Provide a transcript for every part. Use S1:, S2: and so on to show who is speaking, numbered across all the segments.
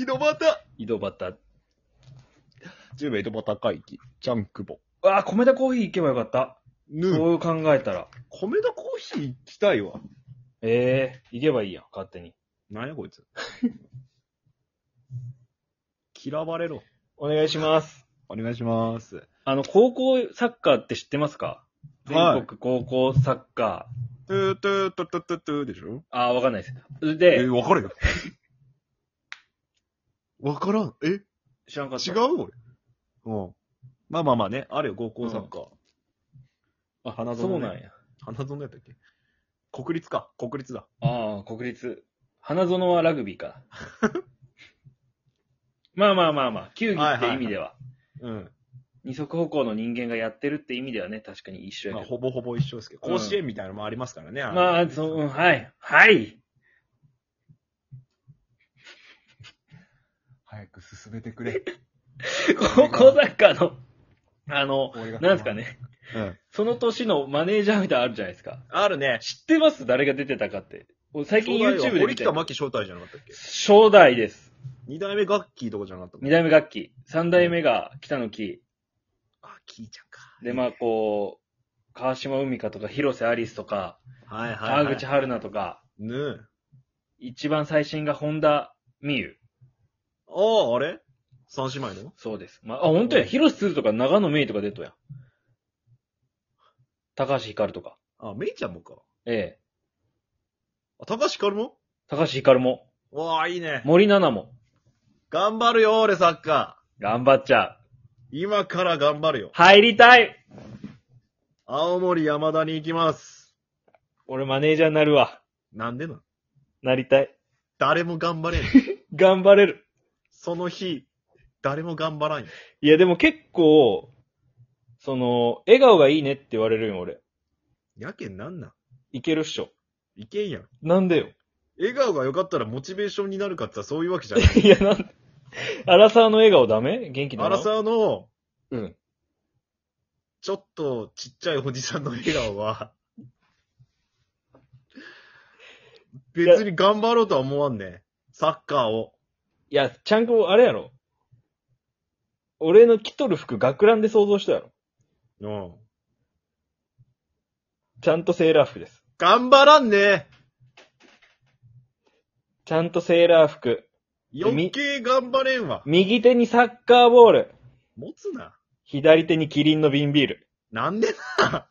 S1: 井戸端
S2: 井戸端。
S1: 10名井戸端会議、ジャンクボ。
S2: ああ、米田コーヒー行けばよかった。
S1: ぬん、
S2: そう考えたら。
S1: 米田コーヒー行きたいわ。
S2: ええ行けばいいやん、勝手に。
S1: なんやこいつ。 嫌われろ。
S2: お願いします。
S1: お願いします。
S2: あの、高校サッカーって知ってますか
S1: はい
S2: 全国高校サッカー。
S1: トゥートゥートゥトゥトゥトゥでしょ
S2: ああ、わかんないです。
S1: え
S2: で、
S1: わかるよ。わからん。え
S2: 知らんかった。
S1: 違う俺。うん。まあまあまあね、あるよ、高校サッカー。
S2: あ、
S1: 花園ね
S2: そうなんや。
S1: 花園やったっけ国立か、国立だ。
S2: ああ、国立。花園はラグビーか。 まあまあまあまあ、球技って意味では。
S1: うん。
S2: 二足歩行の人間がやってるって意味ではね、確かに一緒や
S1: まあ、
S2: けど。
S1: ほぼほぼ一緒ですけど、甲子園みたいなのもありますからね。の
S2: まあ、その、うんはい。はい
S1: 早く進めてく れ。
S2: 高校サッカーの、あの、
S1: 俺が
S2: なんですか。ね。
S1: うん。
S2: その年のマネージャーみたいなのあるじゃないですか。
S1: あるね。
S2: 知ってます誰が出てたかって。俺最近 YouTube
S1: 堀
S2: で見て
S1: 北。真希招待じゃなかったっけ
S2: 正代です。
S1: 二代目ガッキーとかじゃなかったっけ
S2: 二代目楽器。三代目が北野木。
S1: あ、キーちゃんか。
S2: で、まあ、こう、川島海香とか広瀬アリスとか、
S1: はいはい、はい。
S2: 川口春奈とか、
S1: ねえ。
S2: 一番最新が本田美優。
S1: ああ、あれ三姉妹の
S2: そうです。まあ、あ、本当や。
S1: うん
S2: 広瀬すずとか長野芽衣とか出とや。高橋ひかるとか。
S1: あ、メイちゃんもか。
S2: ええ。
S1: あ、高橋ひかるも
S2: 高橋ひかるも。
S1: わあ、いいね。
S2: 森七菜も。
S1: 頑張るよ、俺サッカ
S2: 頑張っちゃう。
S1: ー。今から頑張るよ。
S2: 入りたい
S1: 青森山田に行きます。
S2: 俺マネージャーになるわ。
S1: なんでなん
S2: なりたい。
S1: 誰も頑張 れん。
S2: 頑張れる。
S1: その日、誰も頑張らんよ。
S2: いやでも結構、その、笑顔がいいねって言われるよ、俺。
S1: やけんなんなん
S2: いけるっしょ。
S1: いけんやん。
S2: なんでよ。
S1: 笑顔が良かったらモチベーションになるかって言ったらそういうわけじゃない。
S2: いや、なんで。アラサーの笑顔ダメ元気だ
S1: ア
S2: な
S1: ラサーの、
S2: うん。
S1: ちょっとちっちゃいおじさんの笑顔は、 別に頑張ろうとは思わんね。サッカーを。
S2: いや、ちゃんこ、あれやろ。俺の着とる服、学ランで想像したやろ。
S1: うん。
S2: ちゃんとセーラー服です。
S1: 頑張らんね
S2: ちゃんとセーラー服。
S1: 余計頑張れんわ。
S2: 右手にサッカーボール。
S1: 持つな。
S2: 左手にキリンの瓶ビール。
S1: なんでな。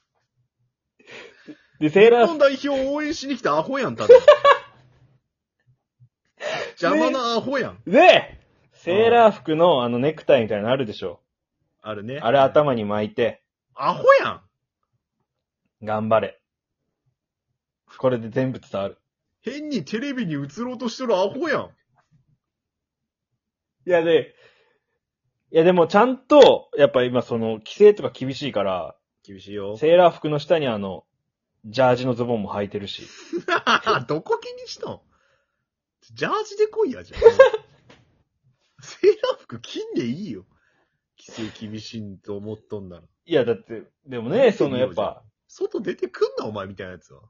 S2: で、セー
S1: 日
S2: ラー服
S1: 本。代表を応援しに来たアホやん、 ただ。邪魔なアホやん。
S2: で、セーラー服のあのネクタイみたいなのあるでしょ。
S1: あるね。
S2: あれ。頭に巻いて、
S1: アホやん。
S2: 頑張れ。これで全部伝わる。
S1: 変にテレビに映ろうとしてるアホやん。
S2: いやで、いやでもちゃんと、やっぱ今その、規制とか厳しいから、
S1: 厳しいよ。
S2: セーラー服の下にあの、ジャージのズボンも履いてるし。
S1: どこ気にしとんジャージで来いや、じゃあ。セーラー服金でいいよ。規制厳しいと思っとんなら。
S2: いやだって、でもね、そのやっぱ、
S1: 外出てくんな、お前みたいなやつは。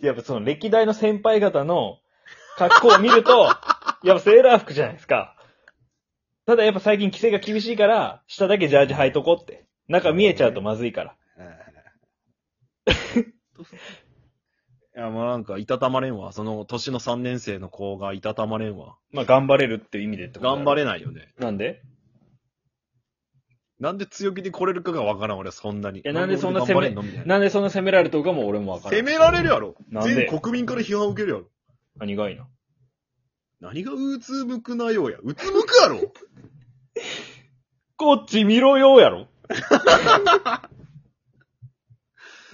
S2: やっぱその歴代の先輩方の格好を見 ると、やっぱセーラー服じゃないですか。ただやっぱ最近規制が厳しいから、下だけジャージ履いとこうって。中見えちゃうとまずいから。
S1: いや、もうなんか、いたたまれんわ。その、年の3年生の子がいたたまれんわ。
S2: まあ頑張れるっていう意味でってこと
S1: 頑張
S2: れ。
S1: れないよね。
S2: なんで
S1: なんで強気で来れるかがわからん、俺、そんなに。い
S2: やなんでそんな
S1: 頑張れんのみたいな。
S2: なんでそんな責められたのかも俺もわからん。
S1: 責められるやろ。
S2: なんで
S1: 全国民から批判を受けるやろ。
S2: あ、苦いな。
S1: 何がうつむくなようや。うつむくや ろ
S2: こっち見ろよやろ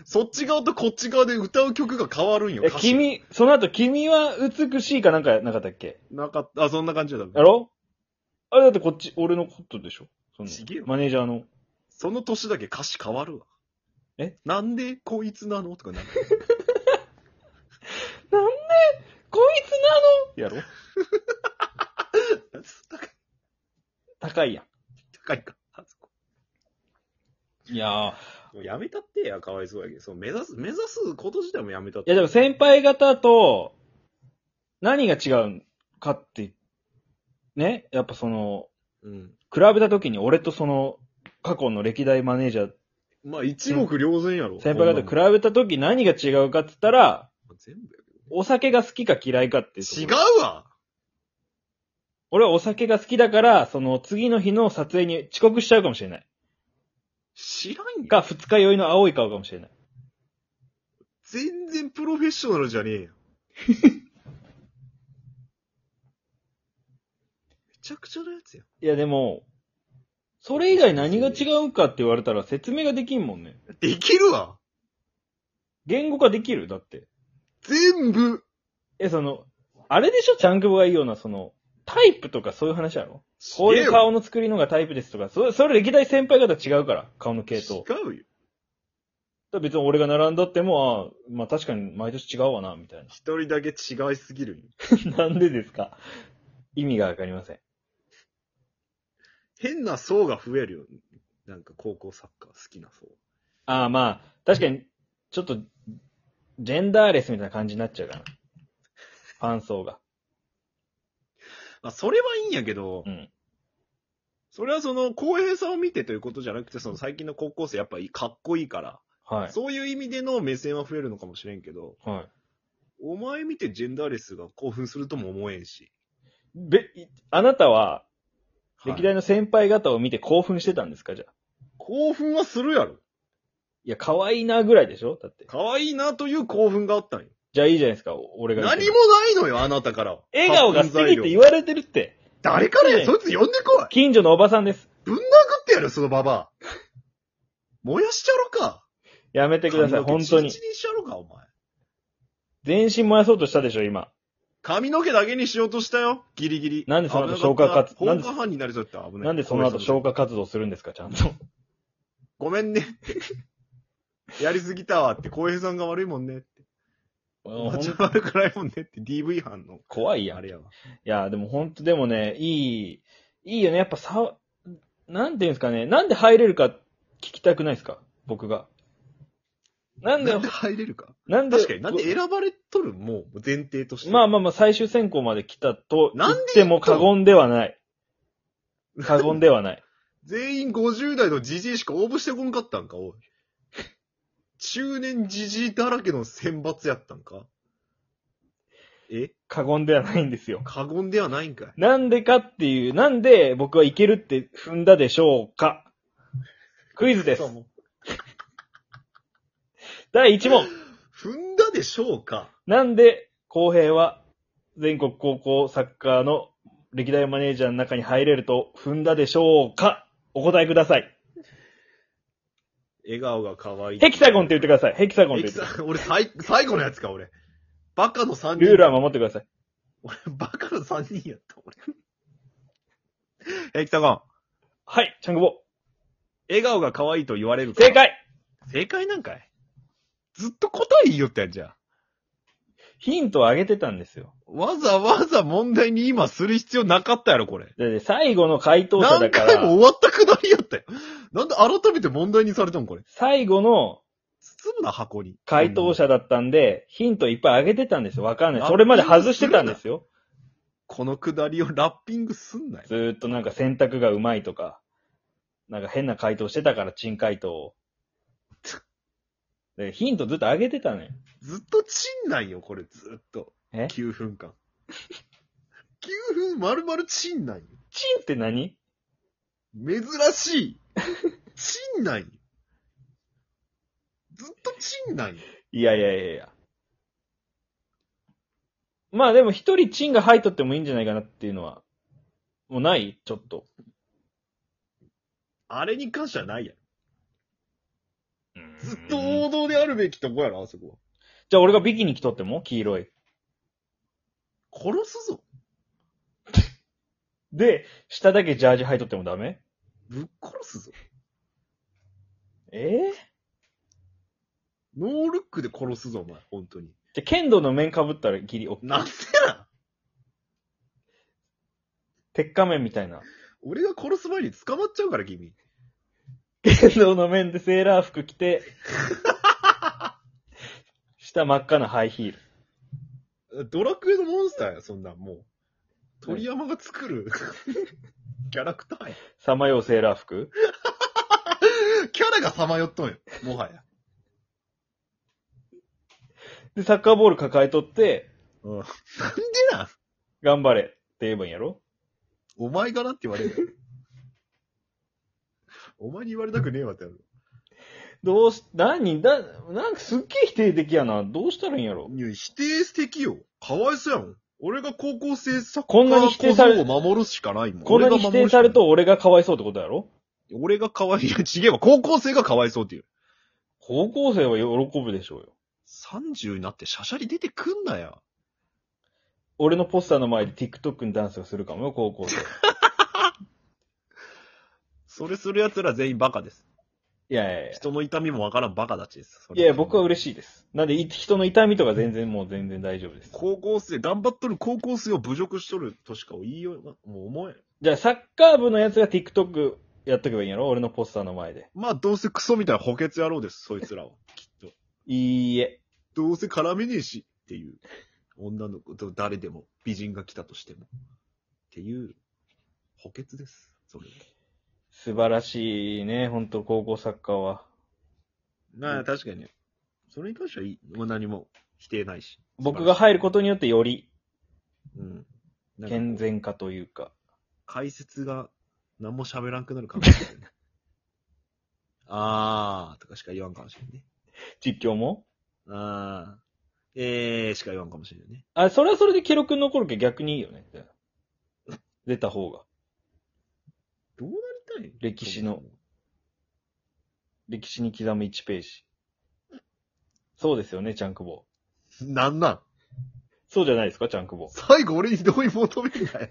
S1: そっち側とこっち側で歌う曲が変わるんよ。
S2: え、
S1: 歌詞。
S2: 君、その後君は美しいかなんかなかったっけ
S1: なかった。あ、そんな感じだ。
S2: やろあれだってこっち、俺のことでしょその
S1: ちげえよ
S2: マネージャーの。
S1: その年だけ歌詞変わるわ。
S2: え
S1: なんでこいつなのとかなる。
S2: こいつなのやろ高いや
S1: 高いか。あそこ
S2: ん。いや
S1: もうやめたってや、かわいそうやけど。そう、目指す、目指すこと自体もやめたっ
S2: い
S1: て。
S2: やでも先輩方と、何が違うかって、ね、やっぱその、
S1: うん。
S2: 比べた時に俺とその、過去の歴代マネージャー、
S1: まあ、一目瞭然やろ。
S2: 先輩方
S1: こんなの
S2: と比べた時何が違うかって言ったら、
S1: 全部やけ
S2: お酒が好きか嫌いかっていうところ
S1: ど違うわ
S2: 俺はお酒が好きだから、その次の日の撮影に遅刻しちゃうかもしれない。
S1: 知らんよ。
S2: か、二日酔いの青い顔かもしれない。
S1: 全然プロフェッショナルじゃね えよ。めちゃくちゃなやつやん。
S2: いやでも、それ以外何が違うかって言われたら説明ができんもんね。
S1: できるわ
S2: 言語化できるだって。
S1: 全部
S2: え、その、あれでしょちゃんくぼがいいような、その、タイプとかそういう話やろこういう顔の作りのがタイプですとか、それ、それ歴代先輩方違うから、顔の系統。だか
S1: 違うよ。
S2: ら別に俺が並んだっても、ああ、まあ確かに毎年違うわな、みたい
S1: 一人だけ違いすぎるよ。
S2: な。 なんでですか意味がわかりません。
S1: 変な層が増えるよ。なんか高校サッカー好きな層。
S2: ああ、まあ、確かに、ちょっと、ジェンダーレスみたいな感じになっちゃうかな。ファン層が。
S1: まあ、それはいいんやけど、
S2: うん
S1: それはその、公平さを見てということじゃなくて、その最近の高校生やっぱりかっこいいから、
S2: はい。
S1: そういう意味での目線は増えるのかもしれんけど、
S2: はい。
S1: お前見てジェンダーレスが興奮するとも思えんし。
S2: べ、いあなたは、
S1: はい
S2: 歴代の先輩方を見て興奮してたんですかじゃあ。
S1: 興奮はするやろ。
S2: いや、可愛いなぐらいでしょだって。
S1: 可愛いなという興奮があったんよ。
S2: じゃあいいじゃないですか、お俺が言って
S1: 何
S2: る。
S1: もないのよ、あなたからは。
S2: 笑顔が素
S1: 発奮材
S2: 敵
S1: 料
S2: って言われてるって。
S1: 誰から
S2: ね
S1: や、そいつ呼んでこい
S2: 近所のおばさんです。
S1: ぶん殴ってやる、そのババア。燃やしちゃろうか。
S2: やめてください、
S1: 髪の
S2: 本
S1: 毛
S2: 当に
S1: チリチ。リにしちゃろうか、お前。
S2: 全身燃やそうとしたでしょ、今。
S1: 髪の毛だけにしようとしたよ、ギリギリ。
S2: なんでその後
S1: 危な
S2: 消
S1: か
S2: 火
S1: った
S2: 活なん
S1: 放
S2: で
S1: 火犯になりそうだった、危ない。
S2: なんでその後消
S1: 火。
S2: 火活動するんですか、ちゃんと。
S1: ごめんねって。 やりすぎたわって、浩平さんが悪いもんねって。 おばちゃん悪くないもんねって、DV 犯の。
S2: 怖いやん
S1: あ。れやわ。
S2: いや、でも本当でもね、いい、いいよね。やっぱさ、なんていうんですかね。なんで入れるか聞きたくないですか僕が。なんで
S1: なん、で入れるか。
S2: なんで、
S1: 確かに、なんで選ばれとるもう前提として。
S2: まあまあまあ最終選考まで来たと言
S1: な
S2: っ
S1: んで
S2: ても過言ではない。過言ではない。
S1: 全員50代のジジイしか応募してこんかったんか、おい。中年ジジイだらけの選抜やったんかえ
S2: 過言ではないんですよ。
S1: 過言ではないんかい。
S2: なんでかっていう、なんで僕はいけるって踏んだでしょうかクイズです
S1: そ。うもう
S2: 第1問。
S1: 踏んだでしょうか
S2: なんで、公平は、全国高校サッカーの歴代マネージャーの中に入れると踏んだでしょうかお答えください。
S1: 笑顔が可愛い。
S2: ヘキサゴンって言ってください。ヘキサゴンっ
S1: ヘ
S2: て
S1: キ
S2: 言ってくださ
S1: サ 俺最、最後のやつか、俺。バカの3
S2: い。
S1: 人。
S2: ルールは守ってください。
S1: 俺、バカの3人やった、俺。ヘキサゴン。
S2: はい、チャングボ。
S1: 笑顔が可愛いと言われるから
S2: 正解
S1: 正解なんかいずっと答え言いよったやんじゃあ。
S2: ヒントをあげてたんですよ。
S1: わざわざ問題に今する必要なかったやろ、これ。
S2: だって最後の回答者だ
S1: 何
S2: か
S1: 回も
S2: ら、
S1: 終わったくだりやったよ。なんで改めて問題にされたん、これ。
S2: 最後の
S1: 包むな、箱に。
S2: 回答者だったんで、ヒントいっぱいあげてたんですよ。わかんない。
S1: ラッピング
S2: それまで外してたんですよ。
S1: このくだりをラッピングすんなよ。
S2: ずーっとなんか選択がうまいとか、なんか変な回答してたから、珍回答を。でヒントずっと上げてたのよ。
S1: ずっとチンないよ、これ、ずっと。
S2: え
S1: ?9 分間。9分丸々チンないよ。
S2: チンって何
S1: 珍しい。チンないよ。ずっとチンないよ。
S2: いやいやいやいや。まあでも一人チンが入っとってもいいんじゃないかなっていうのは、もうないちょっと。
S1: あれに関してはないやん。ずっと
S2: うん
S1: 王道であるべきとこやろ、あそこは。
S2: じゃあ俺がビキニ着とっても黄色い。
S1: 殺すぞ。
S2: で、下だけジャージ履いとってもダメ
S1: ぶっ殺すぞ。
S2: ええ
S1: ノールックで殺すぞ、お前、本当に。
S2: じゃあ剣道の面被ったらギリ、お
S1: なんでなん
S2: 鉄仮面みたいな。
S1: 俺が殺す前に捕まっちゃうから、君。
S2: 剣道の面でセーラー服 着て、下真っ赤なハイヒール。
S1: ドラクエのモンスターや、そんなん、もう。鳥山が作る キャラクターや。
S2: さまようセーラー服
S1: キャラがさまよっとんよ。もはや。
S2: で、サッカーボール抱えとって、
S1: うん。なんでなん
S2: 頑張れって言えばいいんやろ
S1: お前がなって言われるよ。 お前に言われたくねえわってなる。
S2: どうし、何だ、なんかすっげえ否定的やな。どうしたらいいんやろ
S1: いや、否定的よ。かわいそうやもん。俺が高校生サッカ
S2: こんなに
S1: ー
S2: 否定され
S1: 小僧を守るしかないもん。
S2: こんなに
S1: 俺が
S2: 否
S1: 守
S2: 定
S1: しか
S2: さ
S1: な
S2: れ
S1: い
S2: る。と俺がかわいそうってことやろ
S1: 俺がかわいい。いや、違えば、高校生がかわいそうっていう。
S2: 高校生は喜ぶでしょうよ。
S1: 30になってシャシャリ出てくんなや。
S2: 俺のポスターの前で TikTok のダンスがするかもよ、高校 生。
S1: それする奴ら全員バカです。
S2: いやいやいや。
S1: 人の痛みもわからんバカたちです。そ
S2: い
S1: れ
S2: やいや、僕は嬉しいです。なんで、い人の痛みとか全然もう全然大丈夫です。
S1: 高校生、頑張っとる高校生を侮辱しとるとしか言いようが、もう思えん。
S2: じゃあ、サッカー部のやつが TikTok やっとけばいいんやろ俺のポスターの前で。
S1: まあ、どうせクソみたいな補欠野郎です、そいつらは。きっと。
S2: いいえ。
S1: どうせ絡めねえし、っていう。女の子と誰でも、美人が来たとしても。っていう、補欠です。それ。
S2: 素晴らしいね、ほんと、高校サッカーは。
S1: まあ、確かに。それに関してはいい。もう何も否定ないし。
S2: 僕が入ることによってより
S1: うん。なんか
S2: 健全化というか。
S1: 解説が何も喋らんくなるかもしれない。 あーとかしか言わんかもしれんね。
S2: 実況も
S1: あー。えーしか言わんかもしれんね。
S2: あ、それはそれで記録に残るけど逆にいいよね。じゃあ出た方が。
S1: どうなりたい
S2: 歴史の。歴史に刻む1ページ。そうですよね、チャンクボ。
S1: なんなん
S2: そうじゃないですか、チャンクボ。
S1: 最後俺に同意求めるなよ。